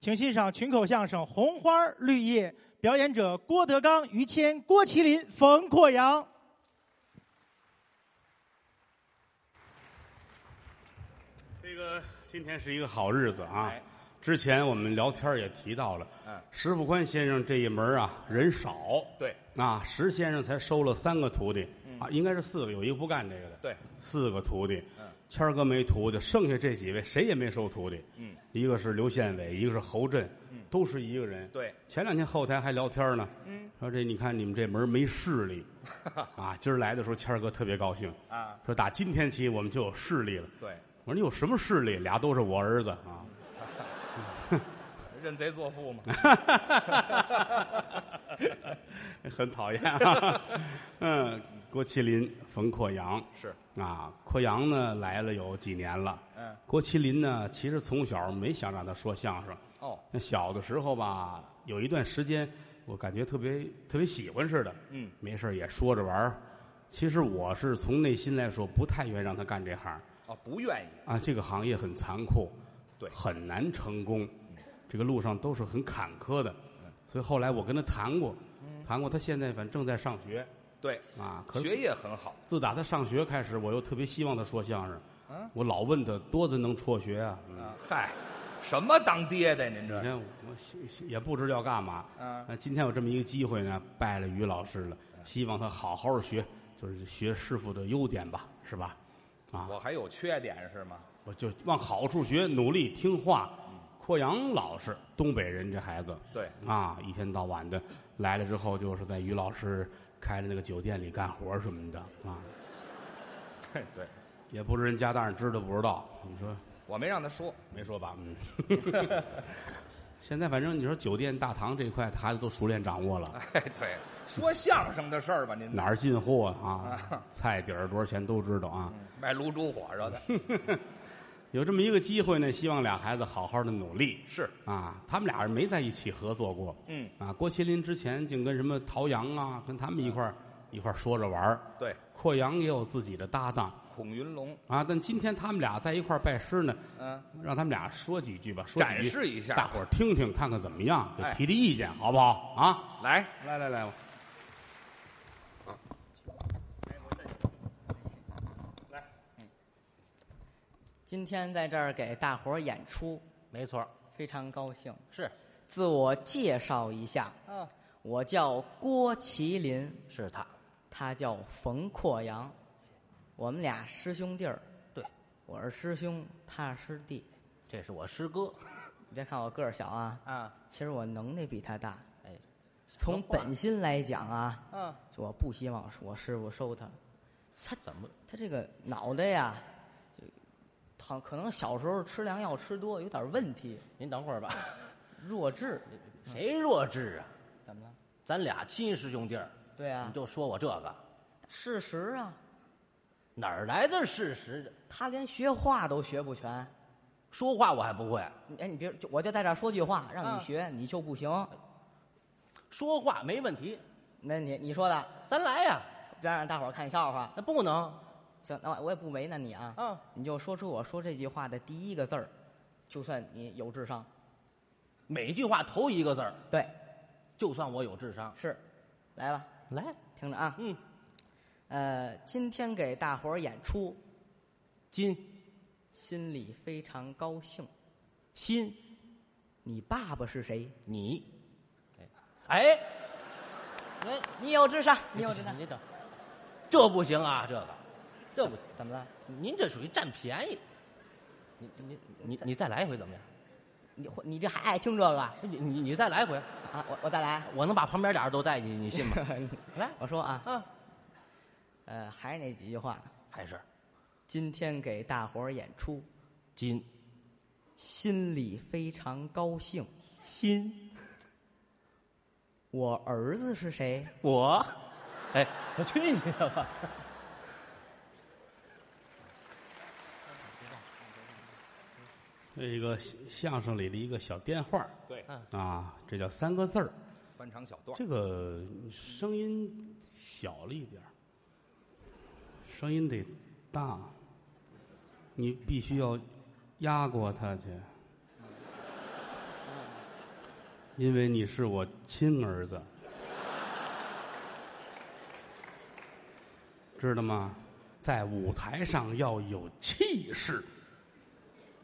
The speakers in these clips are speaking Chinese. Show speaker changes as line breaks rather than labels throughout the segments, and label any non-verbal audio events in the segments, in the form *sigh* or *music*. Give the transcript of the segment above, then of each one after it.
请欣赏群口相声《红花绿叶》，表演者郭德纲、于谦、郭麒麟、冯阔阳。
这个今天是一个好日子啊
哎！
之前我们聊天也提到了，
嗯
石富宽先生这一门啊人少，
对嗯
啊，石先生才收了三个徒弟啊，应该是四个，有一个不干这个的，
对，
四个徒弟
嗯，
谦儿哥没徒弟，剩下这几位谁也没收徒弟，
嗯，
一个是刘宪伟，一个是侯震，都是一个人，
对，
前两天后台还聊天呢，嗯，说这你看你们这门没势
*laughs*
力，啊，今儿来的时候谦儿哥特别高兴，
啊，
说打今天起我们就有势力了。
对，
我说你有什么势力？俩都是我儿子啊！ *laughs*
认贼作父嘛，
嗯很讨厌啊。嗯，郭麒麟、冯阔阳
是，
啊，阔阳呢来了有几年了。
嗯，
郭麒麟呢，其实从小没想让他说相声。
哦，
那小的时候吧，有一段时间我感觉特别特别喜欢似的，
嗯，
没事儿也说着玩儿。其实我是从内心来说，不太愿意让他干这行。
哦，不愿意，
啊，这个行业很残酷，
对嗯
很难成功，这个路上都是很坎坷的。所以后来我跟他谈过，谈过，他现在反正正在上学
对，
啊。可是
嗯学业很好，
自打他上学开始，我又特别希望他说相声。
嗯
我老问他多子能辍学啊？嗯
啊，嗨，什么当爹的您
你
这，
看我也不知道要干嘛。
嗯
那今天有这么一个机会呢，拜了于老师了，希望他好好学，就是学师傅的优点吧，是吧？啊，
我还有缺点是吗？
我就往好处学，努力听话。阔阳老师，东北人，这孩子
对， *laughs*
啊，一天到晚的来了之后，就是在于老师开的那个酒店里干活什么的啊，
对对，
也不知人家大人知道不知道？你说
我没让他说，
没说吧？嗯。 *laughs* 现在反正你说酒店大堂这一块，孩子都熟练掌握了，
哎，对，说相声的事儿吧，您
哪儿进货啊
啊，
菜底儿多少钱都知道啊。
卖卤煮火烧的，
嗯有这么一个机会呢，希望俩孩子好好的努力
是，
啊。他们俩人没在一起合作过，
嗯，
啊，郭麒麟之前净跟什么陶阳啊，跟他们一块儿一块儿说着玩儿。
对，
阔阳也有自己的搭档
孔云龙，
啊，但今天他们俩在一块儿拜师呢，
嗯，
让他们俩说几句吧，说几句
展示一下，
大伙儿听听，看看怎么样，给
哎
提提意见，好不好啊？
来，
来来来，
今天在这儿给大伙儿演出，
没错，
非常高兴。
是，
自我介绍一下，
嗯，
我叫郭麒麟，
是他，
他叫冯阔阳，我们俩师兄弟儿。
对，
我是师兄，他是师弟。
这是我师哥
你别看我个儿小啊，
啊，
其实我能耐比他大。
哎，
从本心来讲啊，
嗯，
我不希望我师傅收他。
他怎么
他这个脑袋呀，就好可能小时候吃良药吃多，有点问题，
您等会儿吧，
弱智。
谁弱智啊？
怎么了？
咱俩亲师兄弟儿，
对啊，
你就说我这个
事实啊，
哪儿来的事实？
他连学话都学不全。
说话我还不会，
你哎，你别，就我就在这儿说句话，让
啊
你学，你就不行。
说话没问题，
那你你说的，
咱来呀，
别让大伙儿看笑话。
那不能
行，那我也不为难你啊。
啊，
你就说出我说这句话的第一个字儿，就算你有智商。
每句话头一个字儿，
对，
就算我有智商。
是，来吧，
来，
听着啊。
嗯，
呃，今天给大伙儿演出，
金
心里非常高兴。
心
你爸爸是谁？
你，哎，哎，
你有智
*laughs*
商，你有智商。
你等，这不行啊，这个，这不行。
怎么了？
您这属于占便宜。你你你你再来一回怎么样？
你你这还爱听这个啊？
你你你再来一回，
我我再来。啊
我能把旁边俩人都带进去，你信 *laughs* 吗？来
我说啊，
啊，
呃，还是那几句话，
还是
今天给大伙儿演出，
金
心里非常高兴。
心
我儿子是谁？
我，哎，我去你的吧！
这一个相声里的一个小颠话儿
对，
啊，这叫三个字儿。
翻唱小段儿，
这个声音小了一点儿声音得大，你必须要压过它去。因为你是我亲儿子，知道吗？在舞台上要有气势，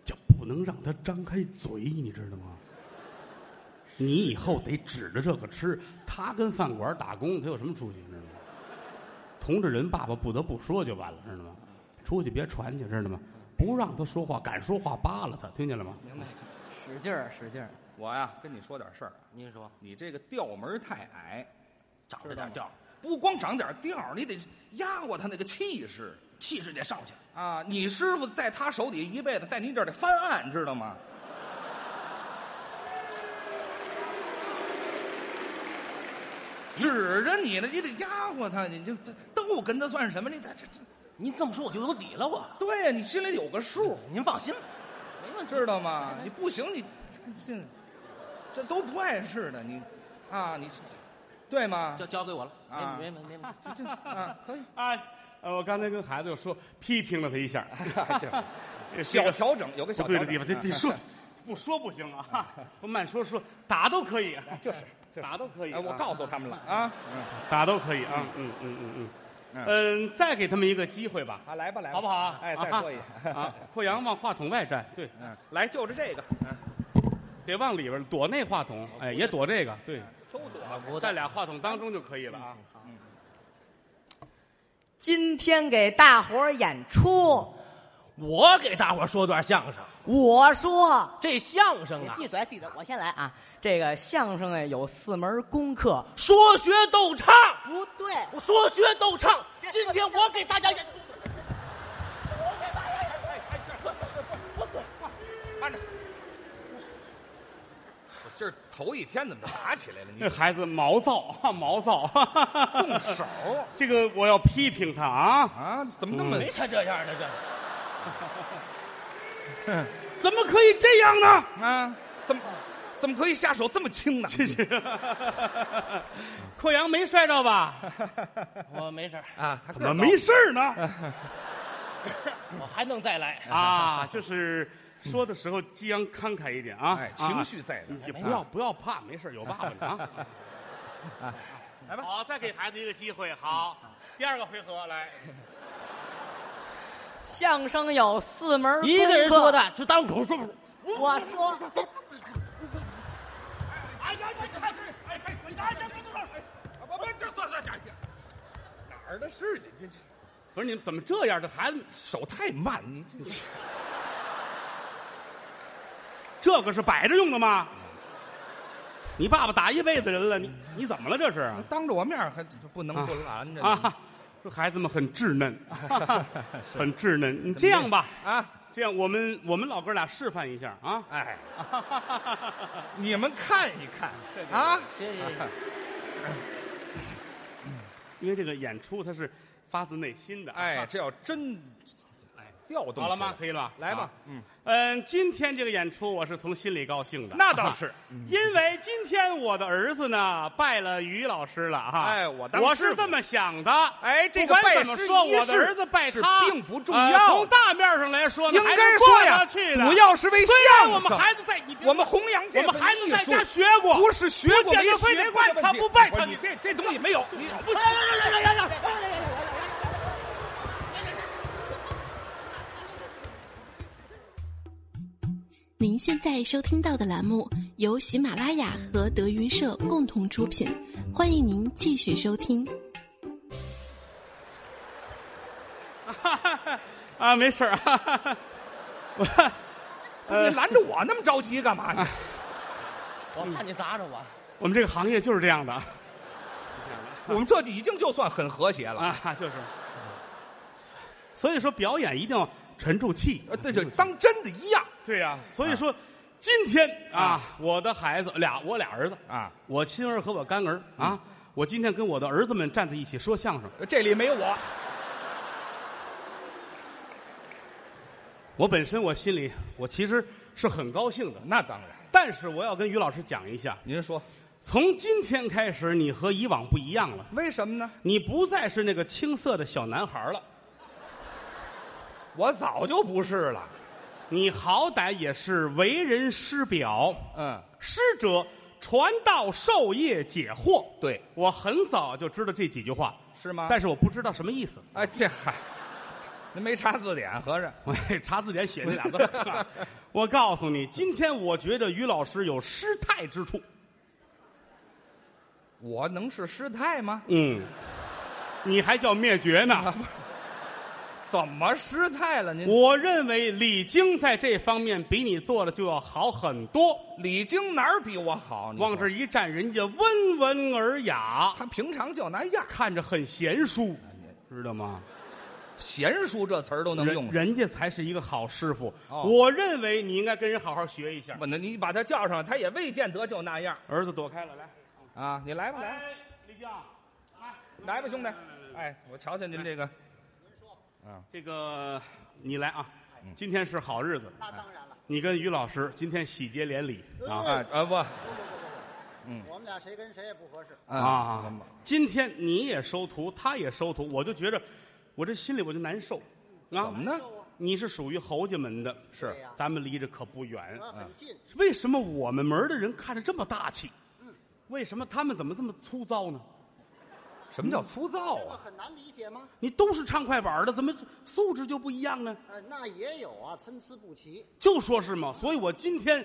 就不能让他张开嘴，你知道吗？你以后得指着这个吃。他跟饭馆打工，他有什么出息？知道吗？同志人爸爸不得不说就完了，知道吗？出去别传去，知道吗？不让他说话，敢说话扒拉他，听见了吗？
明白，使劲儿，使劲儿。
我呀，跟你说点事儿啊，
您说
你这个调门太矮，
长
知
着
道
点
吗
调儿，
不光长点调儿，你得压过他那个气势
气势得上去。
啊！你师傅在他手底下一辈子，在你这儿得翻案，知道吗？指着你呢，你得压过他，你就这斗跟他算什么？你这这这，
您这么说我就有底了，我
对啊呀，你心里有个 *laughs* 数，
您放心，
没问题，
知道 *laughs* 吗？你不行，你这这都不碍事的，你啊，你对吗？
就交给我了，
啊
没没没没，
这这啊，可以，
啊，呃我刚才跟孩子又说批评了他一下，
哎
*laughs* 这
小
个
调整有个
不
小
对的
调整啊
地方，这
*laughs*
得说不说不行啊，不慢说说打都可以，
哎
啊
就是就是
打都可以
哎，
啊，
我告诉他们了啊，
打都可以啊，嗯嗯嗯嗯，嗯，再给他们一个机会吧，
啊，来吧来吧，
好不好啊？
哎，再说一 *laughs* 下，
啊，阔阳往话筒外站，对，
嗯，来就着这个，嗯，
得往里边躲那话筒，哎，也躲这个，对，
都躲
我不
在俩话筒当中就可以了啊。
今天给大伙儿演出，
我给大伙儿说段相声，
我说。
这相声
你
啊，
闭嘴闭嘴，我先来啊！这个相声啊有四门功课，
说学逗唱，
不对，
我说学逗唱。
别
今天我给大家演出，
按着。我今儿头一天怎么打起来了？你
这孩子毛躁，哈毛躁，
动 *laughs* 手
*laughs* 这个我要批评他啊！ *laughs*
啊？怎么那么
没他这样
*laughs*
的这，
怎么可以这样呢？
啊？怎么怎么可以下手这么轻呢？
这是，阔阳没摔着吧？
我没事儿
啊，他
怎
个
么
儿
没事儿呢？
我还能再来。
*laughs* 啊，就是说的时候激昂慷慨一点
高
啊，
哎
啊，
情绪在那儿。哎
你不要不要怕，没事儿有爸爸呢 *laughs* 啊！
来吧
好，再给孩子一个机会，好，第二个回合来，
相声有四门功课
一个人说，的是当口说，
我说
哎呀，这这哎哎哎哎！
不不，这算算这哪儿的事情？这这
不是你们怎么这样？这孩子
手太慢，你这
这个是摆着用的吗？你爸爸打一辈子人了，你你怎么了？这是啊
当着我面还不能不拦着
啊！这孩子们很稚嫩，很稚嫩。你这样吧，
啊！
这样我们我们老哥俩示范一下啊！
哎，你们看一看啊！
谢谢。
因为这个演出它是发自内心的。
哎，，这要真哎调动起来
好了吗？可以了吧？
来吧
啊
嗯
嗯，今天这个演出我是从心里高兴的。
那倒是
*laughs* 因为今天我的儿子呢拜了于老师了哈。
哎我当
我
师
是
傅
这么想的。
哎这个
不管
拜
怎么
师
说，
仪
我的
式
儿子拜
是
他
并不重
呃
要
从大面上来说呢，
应
还
该
是
说
过
呀
得去，的
主要是为
虽然我们
相声，
孩子在你别
我们弘扬这
我们
门
孩子
艺
在
术
家学过，
不是学过
不见
没
得非
学
得
过
拜
的
他
问题
不拜他，
你
你
这
这这东西没有。你
不行
您现在收听到的栏目由喜马拉雅和德云社共同出品，欢迎您继续收听。
啊，没事儿 *laughs* 啊，
*laughs*
我呃
你拦着我那么着急干嘛 *laughs* 呢？
我怕你砸着我，
我们这个行业就是这样的
我们这已经就算很和谐了。
啊， *laughs* 就是。所以说，表演一定要沉住气。
呃，对，这啊当真的一样
对呀、所以说，今天啊，我的孩子俩，我俩儿子，
啊。
我亲儿和我干儿啊，
嗯
我今天跟我的儿子们站在一起说相声。
这里没有我，
我本身我心里我其实是很高兴的，
那当然。
但是我要跟于老师讲一下，
您说
从今天开始，你和以往不一样了，
为什么呢？
你不再是那个青涩的小男孩了，
我早就不是了。
你好歹也是为人师表，
嗯，
师者传道授业解惑。
对，
我很早就知道这几句话，
是吗？
但是我不知道什么意
*laughs*
思。
哎，这嗨，您没查字典，合着
我查字典写这俩字儿。我告诉你，今天我觉得于老师有失态之处。
我能是师太吗？
嗯，你还叫灭绝呢？
怎么师太了？您
我认为李菁在这方面比你做的就要好很多。
李菁哪儿比我好？你说
往这一站，人家温文尔雅，
嗯他平常就那样，
看着很贤淑，知道吗？
贤淑这词儿都能
人
用上。
人家才是一个好师傅。
哦
我认为你应该跟人好好学一下。
不，那你把他叫上，他也未见得就那样
儿子躲开了，来，
啊！你来吧，来吧，
哎，李菁，来，
来吧，兄弟！哎，我瞧瞧您这个，
这个你来啊，
嗯
今天是好日子。那当然了，你跟于老师今天喜结连理啊
啊啊不，
嗯
我们俩谁跟谁也不合适。
嗯
啊！今天你也收徒，他也收徒，我就觉着，我这心里我就难受。啊，
怎么呢？
你是属于侯家门的，
是
对呀
咱们离着可不远。
我很近，
为什么我们门儿的人看着这么大气？为什么他们怎么这么粗糙呢？
什么叫粗糙
这
啊？
很难理解吗？
你都是唱快板儿的，怎么素质就不一样呢？
呃，那也有啊，参差不齐。
就说是嘛，所以我今天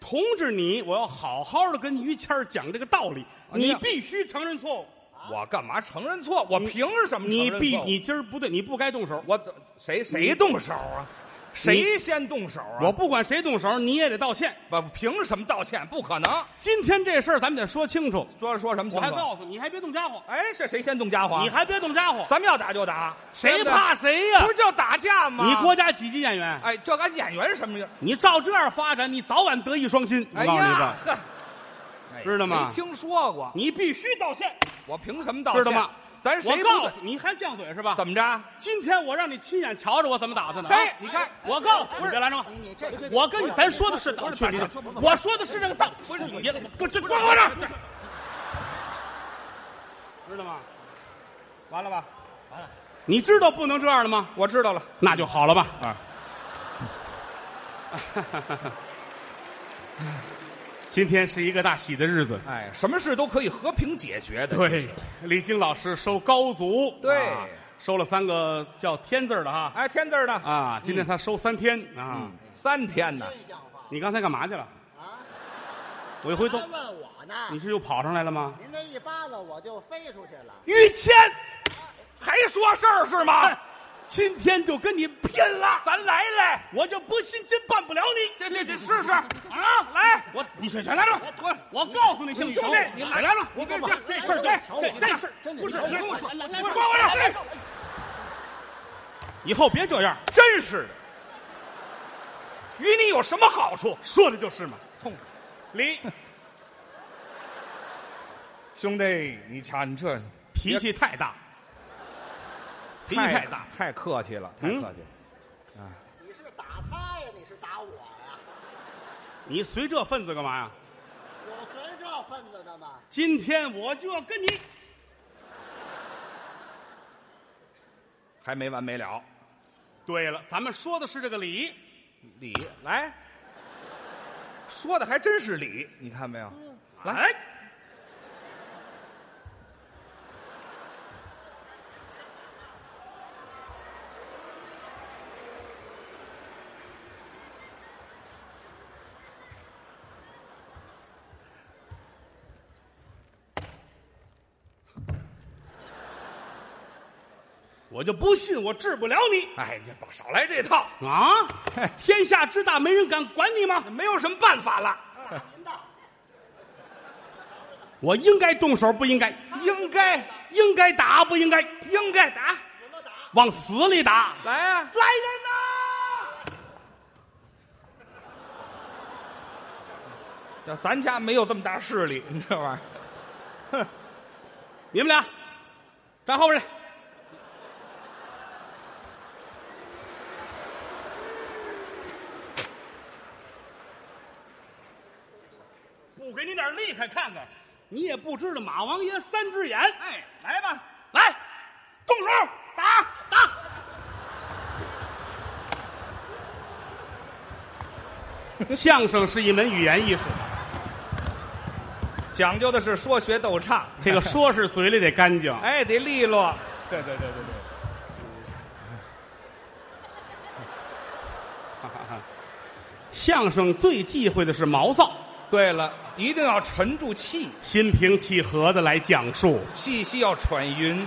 同志你，我要好好的跟于谦儿讲这个道理，
你
你
要
必须承认错误，
我干嘛承认错？我凭什么承
你
认
必
错
你今儿不对，你不该动手。
我怎谁谁动手啊？谁先动手啊？
我不管谁动手，你也得道歉。
我凭什么道歉？不可能！
今天这事儿咱们得说清楚。
说说什么
我
情
还
况？
告诉你，你还别动家伙，
哎，是谁先动家伙？
你还别动家伙，
咱们要打就打，
谁
对不对
怕谁呀
不？是叫打架吗？
你国家几级演员？
哎，这跟演员什么样？
你照这样发展，你早晚得意双馨。我
哎
告诉你
呀
吧，
呵，哎
知道吗
没听说过，
你必须道歉，
我凭什么道歉？
知道吗？
咱
我
谁
告
不
诉你，你还犟嘴是吧？
怎
么？
么着？
今天我让你亲眼瞧着我怎么打他呢？
嘿
啊
你看
我告诉你，别拦着我。
你你这个
我跟你，咱说的是道理，我说的是这个道，不是你，我这光我这，知道吗？
完了吧？
你知道不能这样了吗？
我知道了，
那就好了吧。
啊，
*laughs* 今天是一个大喜的日子，
哎，什么事都可以和平解决的。其
对
实，
李菁老师收高足，
对
啊收了三个叫“天”字儿的哈，
哎，天字儿呢？
啊，今天他收三天啊。
嗯，三天呢。
真像话
你刚才干嘛去了？
啊！
我一回头
还，问我呢？
你是又跑上来了吗？
您这一巴掌我就飞出去了。
于谦，还说事儿是吗？ *laughs* 今天就跟你拼了！咱来来，我就不信今办不了你。
这这这试试
啊！来，我你先先来着，我我告诉你，兄
你兄
弟
弟，
你
你
来
来
来着，
你别
这这事儿，这这这事儿
真的
不是，
你
你
跟
我
我
说，
说
你管我来，以后别这样，
真是的，与你有什么好处？
说的就是嘛。
痛，
李
兄弟，你瞧你这
脾气太大，脾气太大，，
太客气了，太
嗯
客气了。
你是打他呀？你是打我呀？
你随这份子干嘛呀？
我随这份子的嘛。
今天我就要跟你。
还没完没了，
对了，咱们说的是这个理，
理来，说的还真是理，你看没有？
嗯来，我就不信我治不了你
哎，你别少来这套，
啊！天下之大，没人敢管你吗？
没有什么办法了，
我应该动手，不应该；
应该
应该打，不应该；
应该打，
往死里打！
来啊！
来人呐！
要咱家没有这么大势力，你这玩意儿，
你们俩站后边去。不给你点厉害看看，你也不知道马王爷三只眼。哎，
来吧，
来，动手打 *laughs* 打。相声是一门语言艺术，
讲究的是说学逗唱，
这个说是嘴里得干净，
哎，得利落。对对对对对。
相声最忌讳的是毛躁，
对了，一定要沉住气，
心平气和的来讲述，
气息要喘匀，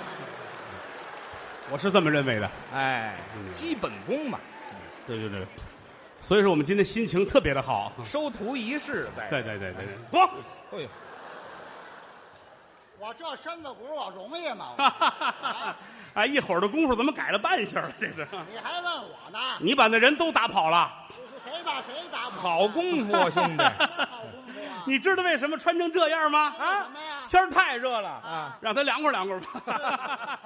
我是这么认为的。
哎，基本功嘛，
对对哎对，所以说我们今天心情特别的好。
收徒仪式在。
对对对对，对
哎呦，
我这身子骨我容易吗？
哈哈哈哈 *laughs* 哎，一会儿的功夫怎么改了半下了？这是，
你还问我呢？
你把那人都打跑了，
这是谁把谁打跑？
好功夫啊，兄弟！
夫，好功夫啊！
你啊知道为什么穿成这样吗？
啊什么呀？
天儿太热了
啊，
让他凉快凉快吧。